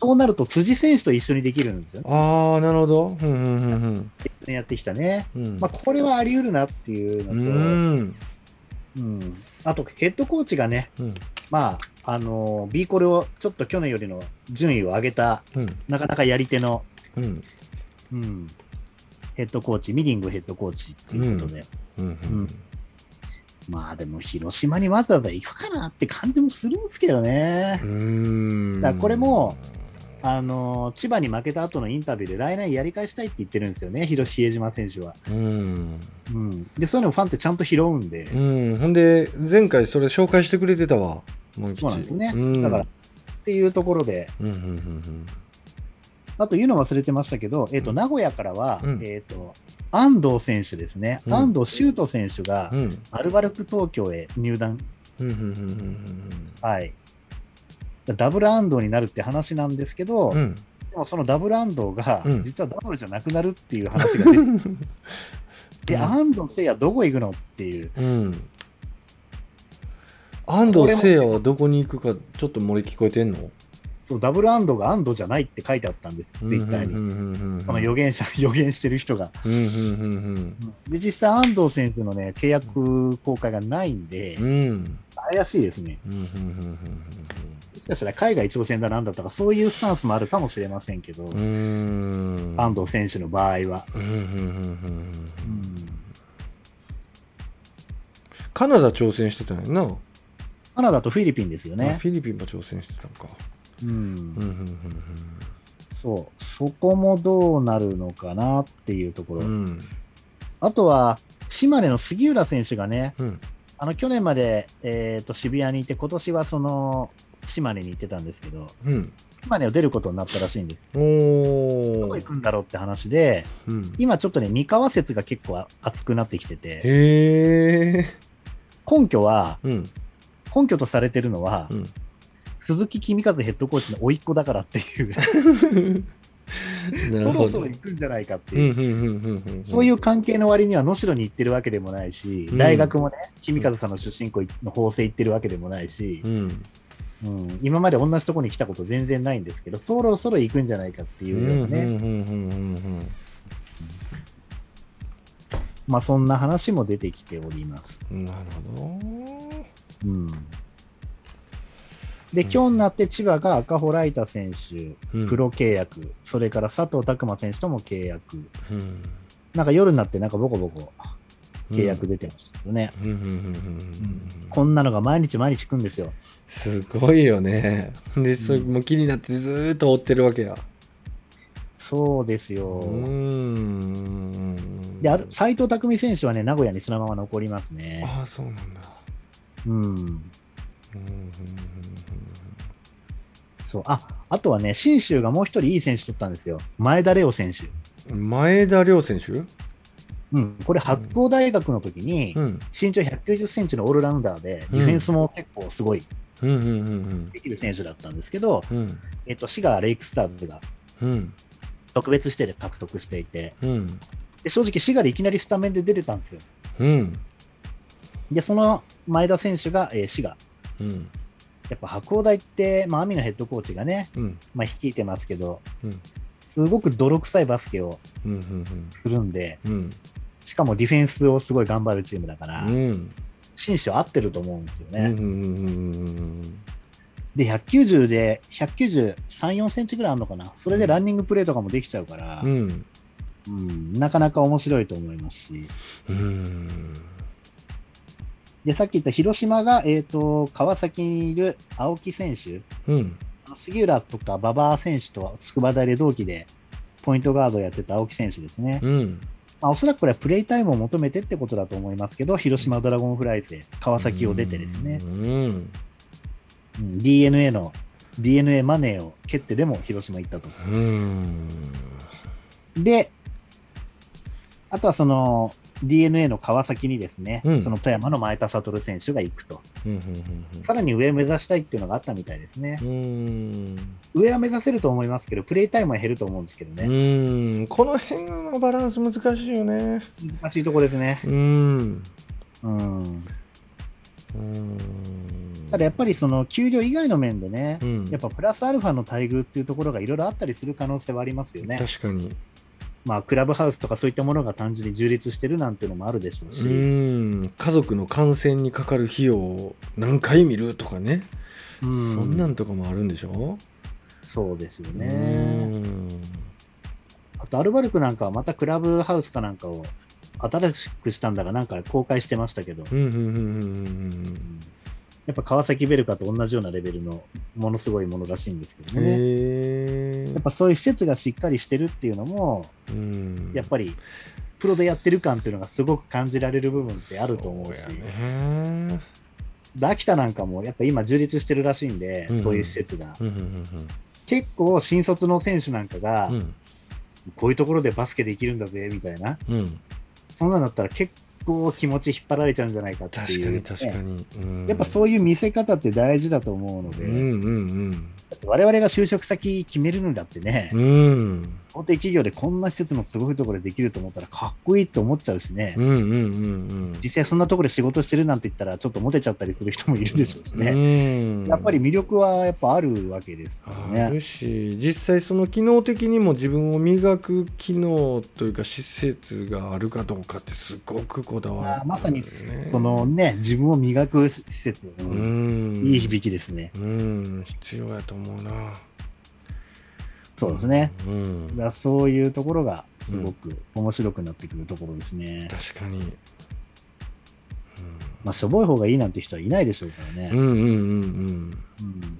Speaker 3: そうなると辻選手と一緒にできるんですよね。
Speaker 2: ああなるほどうんうんうん
Speaker 3: やってきたね。
Speaker 2: うんうん
Speaker 3: まあ、これはあり得るなっていう
Speaker 2: う
Speaker 3: のと、
Speaker 2: ん
Speaker 3: うんあとヘッドコーチがね、
Speaker 2: うん
Speaker 3: まああのー、B コルをちょっと去年よりの順位を上げた、
Speaker 2: うん
Speaker 3: なかなかやり手の、
Speaker 2: うん
Speaker 3: うん、ヘッドコーチ、ミリングヘッドコーチということで、
Speaker 2: うんうん
Speaker 3: まあでも広島にわざわざ行くかなって感じもするんですけどね
Speaker 2: う。ん
Speaker 3: だからこれもあのー千葉に負けた後のインタビューで来年やり返したいって言ってるんですよね、広比江島選手は、
Speaker 2: うん
Speaker 3: うん。で、そういうのをファンってちゃんと拾うんで、
Speaker 2: うんほんで前回それ紹介してくれてたわ満吉
Speaker 3: そうなんですね。
Speaker 2: うん
Speaker 3: だから、っていうところで、
Speaker 2: うんうんうん
Speaker 3: あと言うの忘れてましたけど、えっと
Speaker 2: うん
Speaker 3: 名古屋からは、
Speaker 2: うん
Speaker 3: えっと安藤選手ですね、
Speaker 2: うん
Speaker 3: 安藤修斗選手が
Speaker 2: うんうん
Speaker 3: アルバルク東京へ入団、
Speaker 2: うんうんうんうん
Speaker 3: はい、ダブル安藤になるって話なんですけど、
Speaker 2: うんうん
Speaker 3: でもそのダブル安藤が、
Speaker 2: うん
Speaker 3: 実はダブルじゃなくなるっていう話が出て、
Speaker 2: [LAUGHS]
Speaker 3: で
Speaker 2: うん
Speaker 3: 安藤聖也、どこ行くのっていう、
Speaker 2: うん安藤聖也はどこに行くかちょっと漏れ聞こえてんの
Speaker 3: そうダブル安藤が安藤じゃないって書いてあったんですよ、ツイッター
Speaker 2: う
Speaker 3: に。
Speaker 2: んうんうんうん
Speaker 3: その予言者、 [LAUGHS] 予言してる人が。
Speaker 2: うんうんうん
Speaker 3: で、実際、安藤選手のね、契約公開がないんで
Speaker 2: うんう、ん
Speaker 3: 怪しいですね。
Speaker 2: うんうんうん
Speaker 3: もしかしたら海外挑戦だなんだとか、そういうスタンスもあるかもしれませんけど、
Speaker 2: うんうんうん
Speaker 3: 安藤選手の場合は。
Speaker 2: うんうんうんうんうんカナダ挑戦してたんやな、
Speaker 3: カナダとフィリピンですよ
Speaker 2: あ
Speaker 3: ね。
Speaker 2: フィリピンも挑戦してたんか
Speaker 3: う
Speaker 2: うん
Speaker 3: ん、
Speaker 2: うんうん
Speaker 3: そう、そこもどうなるのかなっていうところ。
Speaker 2: うんうん
Speaker 3: あとは、島根の杉浦選手がね、
Speaker 2: うん
Speaker 3: あの去年まで、えー、と渋谷にいて、今年はその島根に行ってたんですけど、
Speaker 2: うん
Speaker 3: 島根を出ることになったらしいんです。ど
Speaker 2: お
Speaker 3: こ
Speaker 2: ー
Speaker 3: 行くんだろうって話で、
Speaker 2: うん
Speaker 3: 今ちょっとね、三河説が結構熱くなってきてて、
Speaker 2: へえ
Speaker 3: 根拠は、
Speaker 2: うん
Speaker 3: 根拠とされてるのは、
Speaker 2: うん
Speaker 3: 鈴木君和ヘッドコーチの甥っ子だからっ
Speaker 2: [LAUGHS]
Speaker 3: ていう、
Speaker 2: な
Speaker 3: そ
Speaker 2: る
Speaker 3: ろ
Speaker 2: ほ
Speaker 3: そろ
Speaker 2: ど
Speaker 3: 行くんじゃないかって
Speaker 2: う
Speaker 3: い
Speaker 2: んう
Speaker 3: う、
Speaker 2: んうんうんうん
Speaker 3: そういう関係の割には能代に行ってるわけでもないし、
Speaker 2: うん
Speaker 3: 大学もね、君和さんの出身校の法制行ってるわけでもないし
Speaker 2: う、ん
Speaker 3: うん、今まで同じとこに来たこと全然ないんですけど、そろそろ行くんじゃないかって
Speaker 2: う
Speaker 3: い
Speaker 2: んう
Speaker 3: うん
Speaker 2: う
Speaker 3: ようんなね、
Speaker 2: うん
Speaker 3: まあそんな話も出てきております。
Speaker 2: うんなるほ
Speaker 3: うん、で、今日になって千葉が赤穂ライタ選手、
Speaker 2: どうん
Speaker 3: プロ契約、それから佐藤拓磨選手とも契約、
Speaker 2: うん
Speaker 3: なんか夜になってなんかボコボコ契約出てましたけどね、
Speaker 2: うんうんうんうんうん
Speaker 3: こんなのが毎日毎日来るんですよ。
Speaker 2: すごいよねでそれ
Speaker 3: うん
Speaker 2: もう気になってずーっと追ってるわけや
Speaker 3: そうですよ。
Speaker 2: うーん
Speaker 3: で、ある斎藤拓海選手はね、名古屋にそのまま残りますね。
Speaker 2: ああそうなんだ
Speaker 3: うん。
Speaker 2: うんうんうんうん
Speaker 3: そう。あ、あとはね、信州がもう一人いい選手取ったんですよ。前田玲央選手。
Speaker 2: うん前田亮選手
Speaker 3: うん。これ、八甲大学の時に、
Speaker 2: うん
Speaker 3: 身長190センチのオールラウンダーで、ディフェンスも結構すごい
Speaker 2: うんうんうん
Speaker 3: できる選手だったんですけど、
Speaker 2: うんうん
Speaker 3: えっと、滋賀レイクスターズが
Speaker 2: うん
Speaker 3: 特別指定で獲得していて、
Speaker 2: うん
Speaker 3: で正直、滋賀でいきなりスタメンで出てたんですよ。
Speaker 2: うん
Speaker 3: で、その前田選手が、えー滋賀。
Speaker 2: うん
Speaker 3: やっぱ白鴎大って、まあ、網野ヘッドコーチがね、
Speaker 2: うん
Speaker 3: まあ、率いてますけど、
Speaker 2: うん
Speaker 3: すごく泥臭いバスケを
Speaker 2: うんうん
Speaker 3: するんで、
Speaker 2: うん
Speaker 3: しかもディフェンスをすごい頑張るチームだから、
Speaker 2: うん
Speaker 3: 紳士は合ってると思うんですよ
Speaker 2: うん
Speaker 3: ね。
Speaker 2: うんうんうん
Speaker 3: で、190で、193、4センチぐらいあるのかな、それでランニングプレーとかもできちゃうから
Speaker 2: う、ん
Speaker 3: うんなかなか面白いと思いますし、
Speaker 2: うん
Speaker 3: で、さっき言った広島が、えっ、と、川崎にいる青木選手、
Speaker 2: うん
Speaker 3: 杉浦とか馬場選手とは筑波大で同期で、ポイントガードをやってた青木選手ですね。
Speaker 2: うん
Speaker 3: まあ、おそらくこれはプレイタイムを求めてってことだと思いますけど、広島ドラゴンフライズへ川崎を出てですね、
Speaker 2: うん
Speaker 3: d n a の d n a マネーを蹴ってでも広島行ったと。
Speaker 2: うん
Speaker 3: で、あとはその d n a の川崎にですね、
Speaker 2: うん
Speaker 3: その富山の前田悟選手が行くと。
Speaker 2: うんうん
Speaker 3: さらに上を目指したいっていうのがあったみたいですね。
Speaker 2: うん
Speaker 3: 上は目指せると思いますけど、プレイタイムは減ると思うんですけど
Speaker 2: う
Speaker 3: ね、
Speaker 2: んこの辺のバランス難しいよね
Speaker 3: 難しいところですね。
Speaker 2: うん
Speaker 3: うん、
Speaker 2: うん
Speaker 3: ただやっぱりその給料以外の面でね、
Speaker 2: うん
Speaker 3: やっぱプラスアルファの待遇っていうところがいろいろあったりする可能性はありますよね。
Speaker 2: 確かに
Speaker 3: まあ、クラブハウスとかそういったものが単純に充実してるなんていうのもあるでしょうし、
Speaker 2: うん家族の感染にかかる費用を何回見るとかね
Speaker 3: うん
Speaker 2: そんなんとかもあるんでしょ
Speaker 3: そうですよ
Speaker 2: う
Speaker 3: ね。
Speaker 2: ん
Speaker 3: あと、アルバルクなんかはまたクラブハウスかなんかを新しくしたんだが、なんか公開してましたけど、
Speaker 2: うんうんうんうん
Speaker 3: やっぱ川崎ベルカと同じようなレベルのものすごいものらしいんですけ
Speaker 2: うん
Speaker 3: ど
Speaker 2: うん
Speaker 3: ね。
Speaker 2: へえ
Speaker 3: やっぱそういう施設がしっかりしてるっていうのも、
Speaker 2: うん
Speaker 3: やっぱりプロでやってる感っていうのがすごく感じられる部分ってあると思うし。
Speaker 2: そうやね
Speaker 3: で秋田なんかもやっぱ今充実してるらしいんで、
Speaker 2: うん
Speaker 3: そういう施設が
Speaker 2: うんうん
Speaker 3: 結構新卒の選手なんかが、
Speaker 2: うんうん
Speaker 3: こういうところでバスケできるんだぜみたいな
Speaker 2: うん
Speaker 3: そんなんだったら結構気持ち引っ張られちゃうんじゃないかって
Speaker 2: 確
Speaker 3: い
Speaker 2: か
Speaker 3: う、
Speaker 2: に確かに、うん
Speaker 3: やっぱそういう見せ方って大事だと思うので、
Speaker 2: うんうん
Speaker 3: 我々が就職先決めるのだってね、
Speaker 2: うんうん
Speaker 3: 大手企業でこんな施設のすごいところでできると思ったらかっこいいって思っちゃうしね、
Speaker 2: うんうんうん
Speaker 3: 実際そんなところで仕事してるなんて言ったらちょっとモテちゃったりする人もいるでしょうし
Speaker 2: うん、
Speaker 3: ね、
Speaker 2: うん、
Speaker 3: やっぱり魅力はやっぱあるわけですからね。
Speaker 2: あるし実際その機能的にも自分を磨く機能というか施設があるかどうかってすごくこだわ
Speaker 3: あ
Speaker 2: る、
Speaker 3: ーまさにそのね、自分を磨く施設、
Speaker 2: う
Speaker 3: うん
Speaker 2: ん
Speaker 3: いい響きですね。
Speaker 2: うん必要やと思うな
Speaker 3: そうですね。
Speaker 2: うん
Speaker 3: だからそういうところがすごく面白くなってくるところですね。
Speaker 2: 確かに、うん
Speaker 3: まあ、しょぼい方がいいなんて人はいないでしょうからね。
Speaker 2: うんうんうん
Speaker 3: うん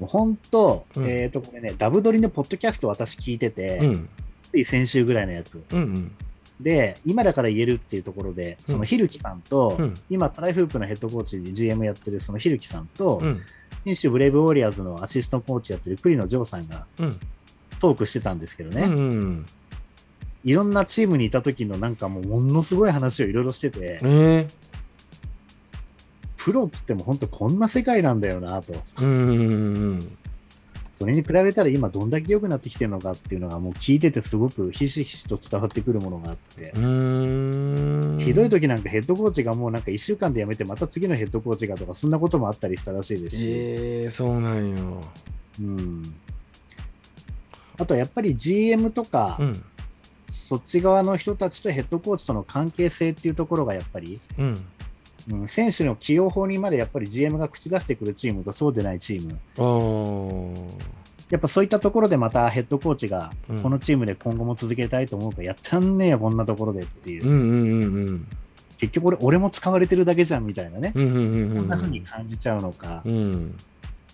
Speaker 3: もう本当、
Speaker 2: うん
Speaker 3: えっ、と、これね、ダブドリのポッドキャスト私聞いてて、
Speaker 2: うんうん
Speaker 3: つい先週ぐらいのやつ。
Speaker 2: うんうん
Speaker 3: で、今だから言えるっていうところで、そのひるきさんと、
Speaker 2: うん
Speaker 3: 今トライフープのヘッドコーチで GM やってるそのひるきさんと、
Speaker 2: うん
Speaker 3: 信州ブレイブウォリアーズのアシスタントコーチやってる栗野ジョーさんが
Speaker 2: うん
Speaker 3: トークしてたんですけどね、
Speaker 2: うんうん
Speaker 3: いろんなチームにいた時のなんかもうものすごい話をいろいろしてて、
Speaker 2: ね
Speaker 3: プロっつっても本当こんな世界なんだよなと。
Speaker 2: うんうんうん
Speaker 3: それに比べたら今どんだけ良くなってきてるのかっていうのがもう聞いててすごくひしひしと伝わってくるものがあって、
Speaker 2: うん
Speaker 3: ひどい時なんかヘッドコーチがもうなんか1週間で辞めてまた次のヘッドコーチがとかそんなこともあったりしたらしいですし、
Speaker 2: ええそうなんよ
Speaker 3: うん、あとはやっぱり GM とか、
Speaker 2: うん
Speaker 3: そっち側の人たちとヘッドコーチとの関係性っていうところがやっぱり、
Speaker 2: うん
Speaker 3: うん、選手の起用法にまでやっぱり GM が口出してくるチームとそうでないチーム
Speaker 2: ああ
Speaker 3: やっぱそういったところでまたヘッドコーチが
Speaker 2: うん
Speaker 3: このチームで今後も続けたいと思うからやったんねえよこんなところでってい
Speaker 2: う
Speaker 3: う
Speaker 2: んうんうんうん
Speaker 3: 結局俺俺も使われてるだけじゃんみたいなね
Speaker 2: うんうんうんうん
Speaker 3: こんな風に感じちゃうのか
Speaker 2: うんうん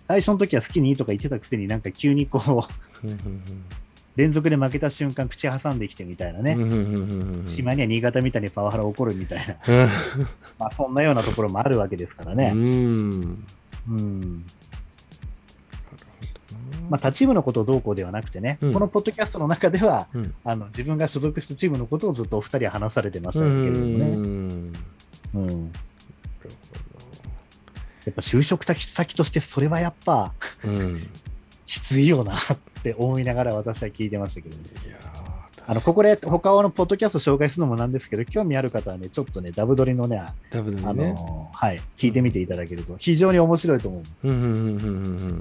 Speaker 3: 最初の時は好きにいいとか言ってたくせになんか急にこう
Speaker 2: うん
Speaker 3: 連続で負けた瞬間口挟んできてみたいな
Speaker 2: うん
Speaker 3: ね
Speaker 2: うんうんうんうん
Speaker 3: 島には新潟みたいにパワハラ起こるみたいな
Speaker 2: うん
Speaker 3: まあそんなようなところもあるわけですから
Speaker 2: う
Speaker 3: ね
Speaker 2: ん
Speaker 3: うんまあ、他チームのことをどうこうではなくてね、
Speaker 2: うん
Speaker 3: このポッドキャストの中では、
Speaker 2: うん
Speaker 3: あの自分が所属したチームのことをずっとお二人は話されてまし
Speaker 2: う
Speaker 3: たけれども
Speaker 2: ん
Speaker 3: ね、
Speaker 2: うん
Speaker 3: うんやっぱ就職先としてそれはやっぱ [LAUGHS]
Speaker 2: うんい
Speaker 3: きついよなって思いながら私は聞いてましたけどね。
Speaker 2: や
Speaker 3: あのここで他のポッドキャスト紹介するのもなんですけど、興味ある方はね、ちょっとね、ダブドリのね、あ
Speaker 2: ダブル
Speaker 3: の
Speaker 2: にね
Speaker 3: はい、聞いてみていただけると非常に面白いと思う。
Speaker 2: うんうんうんうんうんうんなる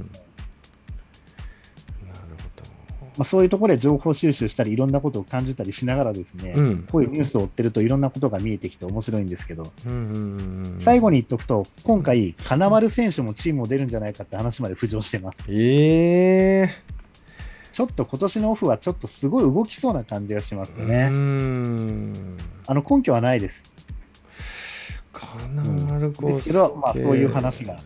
Speaker 3: まあ、そういうところで情報収集したり、いろんなことを感じたりしながらですね、
Speaker 2: ほどうん
Speaker 3: こういうニュースを追ってるといろんなことが見えてきて面白いんですけど、
Speaker 2: うんうんうんうん
Speaker 3: 最後に言っとくと、今回、金丸選手もチームを出るんじゃないかって話まで浮上してます。
Speaker 2: ええ
Speaker 3: ちょっと今年のオフはちょっとすごい動きそうな感じがします
Speaker 2: う
Speaker 3: ね。
Speaker 2: ん
Speaker 3: あの根拠はないです。
Speaker 2: かなるこ
Speaker 3: ですけど、まあ、そういう話が。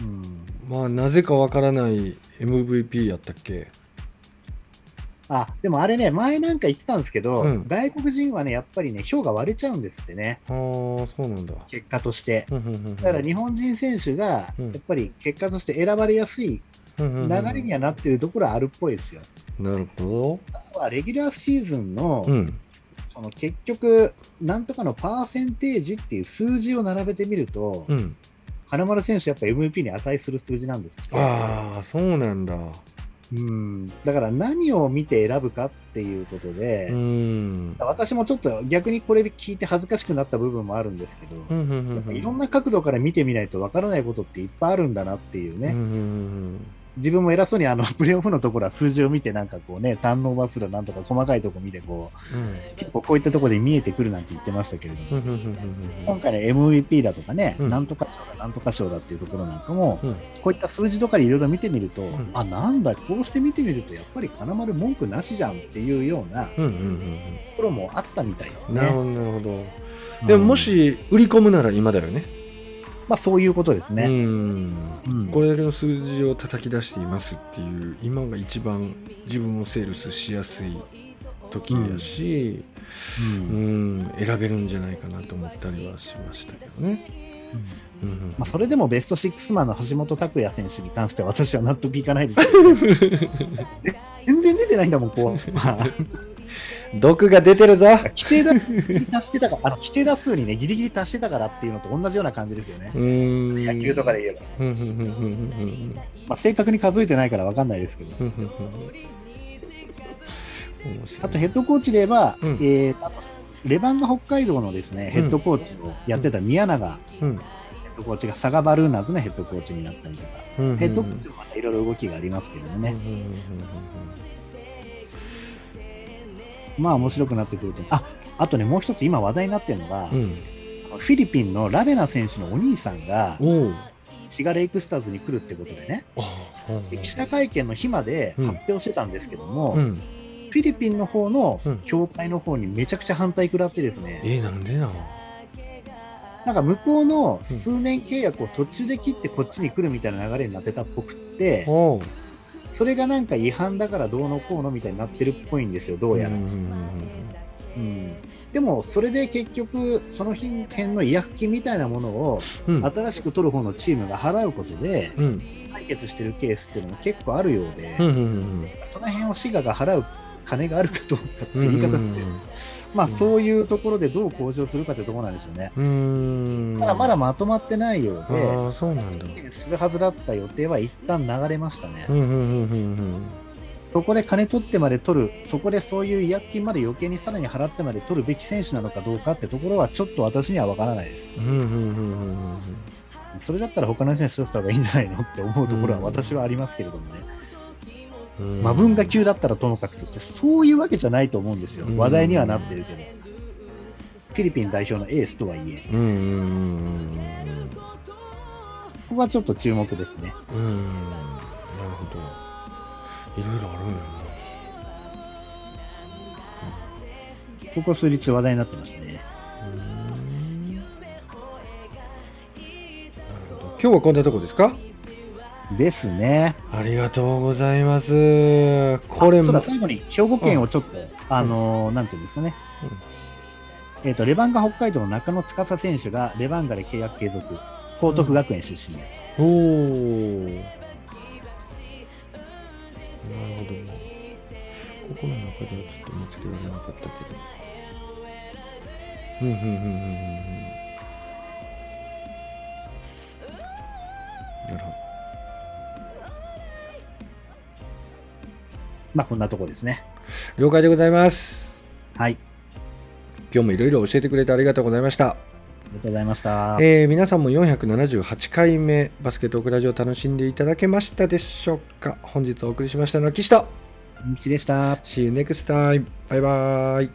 Speaker 3: うん、
Speaker 2: まあなぜかわからない MVP やったっけ
Speaker 3: あでもあれね、前なんか言ってたんですけど、
Speaker 2: うん
Speaker 3: 外国人はね、やっぱりね、票が割れちゃうんですってね、
Speaker 2: ああそうなんだ
Speaker 3: 結果として。
Speaker 2: うんうんうんうん
Speaker 3: だから日本人選手が、
Speaker 2: う
Speaker 3: や
Speaker 2: ん
Speaker 3: っぱり結果として選ばれやすい流れにはなってるところはあるっぽいですよ。
Speaker 2: なるほ
Speaker 3: あとはレギュラーシーズンの、
Speaker 2: どうん
Speaker 3: その結局、なんとかのパーセンテージっていう数字を並べてみると、
Speaker 2: うん
Speaker 3: 金丸選手、やっぱ MVP に値する数字なんですって
Speaker 2: ああそうなんだ
Speaker 3: うんだから何を見て選ぶかっていうことで、
Speaker 2: うん
Speaker 3: 私もちょっと逆にこれ聞いて恥ずかしくなった部分もあるんですけど、
Speaker 2: うんうんうんうん
Speaker 3: やっぱいろんな角度から見てみないとわからないことっていっぱいあるんだなっていうね、
Speaker 2: うんうんうん
Speaker 3: 自分も偉そうにあの [LAUGHS] プレーオフのところは数字を見て、なんかこうね、ターンオーバーするなんとか細かいとこ見てこう、結構こういったところで見えてくるなんて言ってましたけれども。
Speaker 2: うんうんうんうんうん
Speaker 3: 今回の MVP だとかね、
Speaker 2: うん
Speaker 3: なんとか賞だ、なんとか賞だっていうところなんかも、
Speaker 2: うん
Speaker 3: こういった数字とかでいろいろ見てみると、
Speaker 2: ん
Speaker 3: あ、なんだ、こうして見てみると、やっぱり金丸文句なしじゃんっていうようなと
Speaker 2: うんうんうん
Speaker 3: ころもあったみたいです
Speaker 2: うんなるほ
Speaker 3: ね。
Speaker 2: どなるほどでももし売り込むなら今だよね
Speaker 3: うん、まあそういうことですね。
Speaker 2: うん
Speaker 3: うん
Speaker 2: これだけの数字を叩き出していますっていう今が一番自分をセールスしやすい時やし、
Speaker 3: うん
Speaker 2: うん選べるんじゃないかなと思ったりはしましたけどね。
Speaker 3: うん
Speaker 2: うん
Speaker 3: まあ、それでもベスト6マンの橋本拓也選手に関しては私は納得いかな
Speaker 2: [LAUGHS]
Speaker 3: いですけどぜ全然出てないんだもん、こう。まあ
Speaker 2: 毒が出てるぞ
Speaker 3: 規定打達してたから、あの規定打数にね、ギリギリ達してたからっていうのと同じような感じですよね。
Speaker 2: うん
Speaker 3: 野球とかで言えば。
Speaker 2: うんうんうんうんうん
Speaker 3: まあ、正確に数えてないから分かんないですけど、
Speaker 2: うんうんうん面白い
Speaker 3: あとヘッドコーチで言えば、
Speaker 2: うん
Speaker 3: えーあとレバンガ北海道のですね、ヘッドコーチをやってた宮永
Speaker 2: うん
Speaker 3: ヘッドコーチが佐賀バルーナーズのヘッドコーチになったりとか、
Speaker 2: うん
Speaker 3: ヘッドコーチもまたいろいろ動きがありますけどね、
Speaker 2: うんうんうんうん
Speaker 3: まあ面白くなってくると、ああとね、もう一つ今話題になってるのが、
Speaker 2: うんうん
Speaker 3: フィリピンのラベナ選手のお兄さんが、
Speaker 2: おう
Speaker 3: シガレイクスターズに来るってことでね、
Speaker 2: あうん
Speaker 3: で記者会見の日まで
Speaker 2: うん
Speaker 3: 発表してたんですけども、
Speaker 2: うん
Speaker 3: フィリピンの方の
Speaker 2: うん
Speaker 3: 協会の方にめちゃくちゃ反対食らってですね、
Speaker 2: えなんでな
Speaker 3: なんか向こうの数年契約を途中で切ってこっちに来るみたいな流れになってたっぽくって、
Speaker 2: おう
Speaker 3: それがなんか違反だからどうのこうのみたいになってるっぽいんですよ、どうやら。
Speaker 2: んんん
Speaker 3: うんでも、それで結局、その辺の違約金みたいなものを
Speaker 2: うんうん
Speaker 3: 新しく取る方のチームが払うことで
Speaker 2: うん
Speaker 3: 解決してるケースっていうのも結構あるようで
Speaker 2: う、んうんうん
Speaker 3: その辺を滋賀が払う金があるかどうかって
Speaker 2: うん
Speaker 3: 言い方す
Speaker 2: うん
Speaker 3: ると、まあ、そういうところでどう交渉するかってところなんでしょうね。
Speaker 2: うんうん
Speaker 3: ただ、まだまとまってないよう
Speaker 2: あ
Speaker 3: で、
Speaker 2: ーそうなんだ
Speaker 3: するはずだった予定は一旦流れましたね
Speaker 2: う。んうんうんうんうん
Speaker 3: そこで金取ってまで取る、そこでそういう違約金まで余計にさらに払ってまで取るべき選手なのかどうかってところは、ちょっと私には分からないです。
Speaker 2: うんうんうんうんうん
Speaker 3: それだったら他の選手取った方がいいんじゃないのって思うところは
Speaker 2: うん
Speaker 3: 私はありますけれどもね、
Speaker 2: うん
Speaker 3: まあ、分が急だったらともかくとして、そういうわけじゃないと思うんですよ
Speaker 2: う、ん
Speaker 3: 話題にはなってるけど、フィリピン代表のエースとはいえ、
Speaker 2: うんうんうん
Speaker 3: ここはちょっと注目ですね。
Speaker 2: うんうんなるほどいろいろあるんだよ
Speaker 3: ここ数日話題になってましたね。
Speaker 2: なうんなるほど今日はこんなとこですか
Speaker 3: ですね。
Speaker 2: ありがとうございますこれ
Speaker 3: あそうだ
Speaker 2: も
Speaker 3: 最後に兵庫県をちょっと、あのーなんていうんですかね、えっとレバンガ北海道の中野司選手がレバンガで契約継続報徳学園出身です、
Speaker 2: おおなるほどここの中ではちょっと見つけられなかったけどうんうんうんうんうんうんなるほ
Speaker 3: まあこんなとこですね
Speaker 2: ど了解でございます
Speaker 3: はい
Speaker 2: 今日もいろいろ教えてくれてありがとうございました
Speaker 3: ありがとうございました
Speaker 2: えー皆さんも478回目バスケットオークラジオ楽しんでいただけましたでしょうか本日お送りしましたのは岸と
Speaker 3: みちでした
Speaker 2: See you next time バイバイ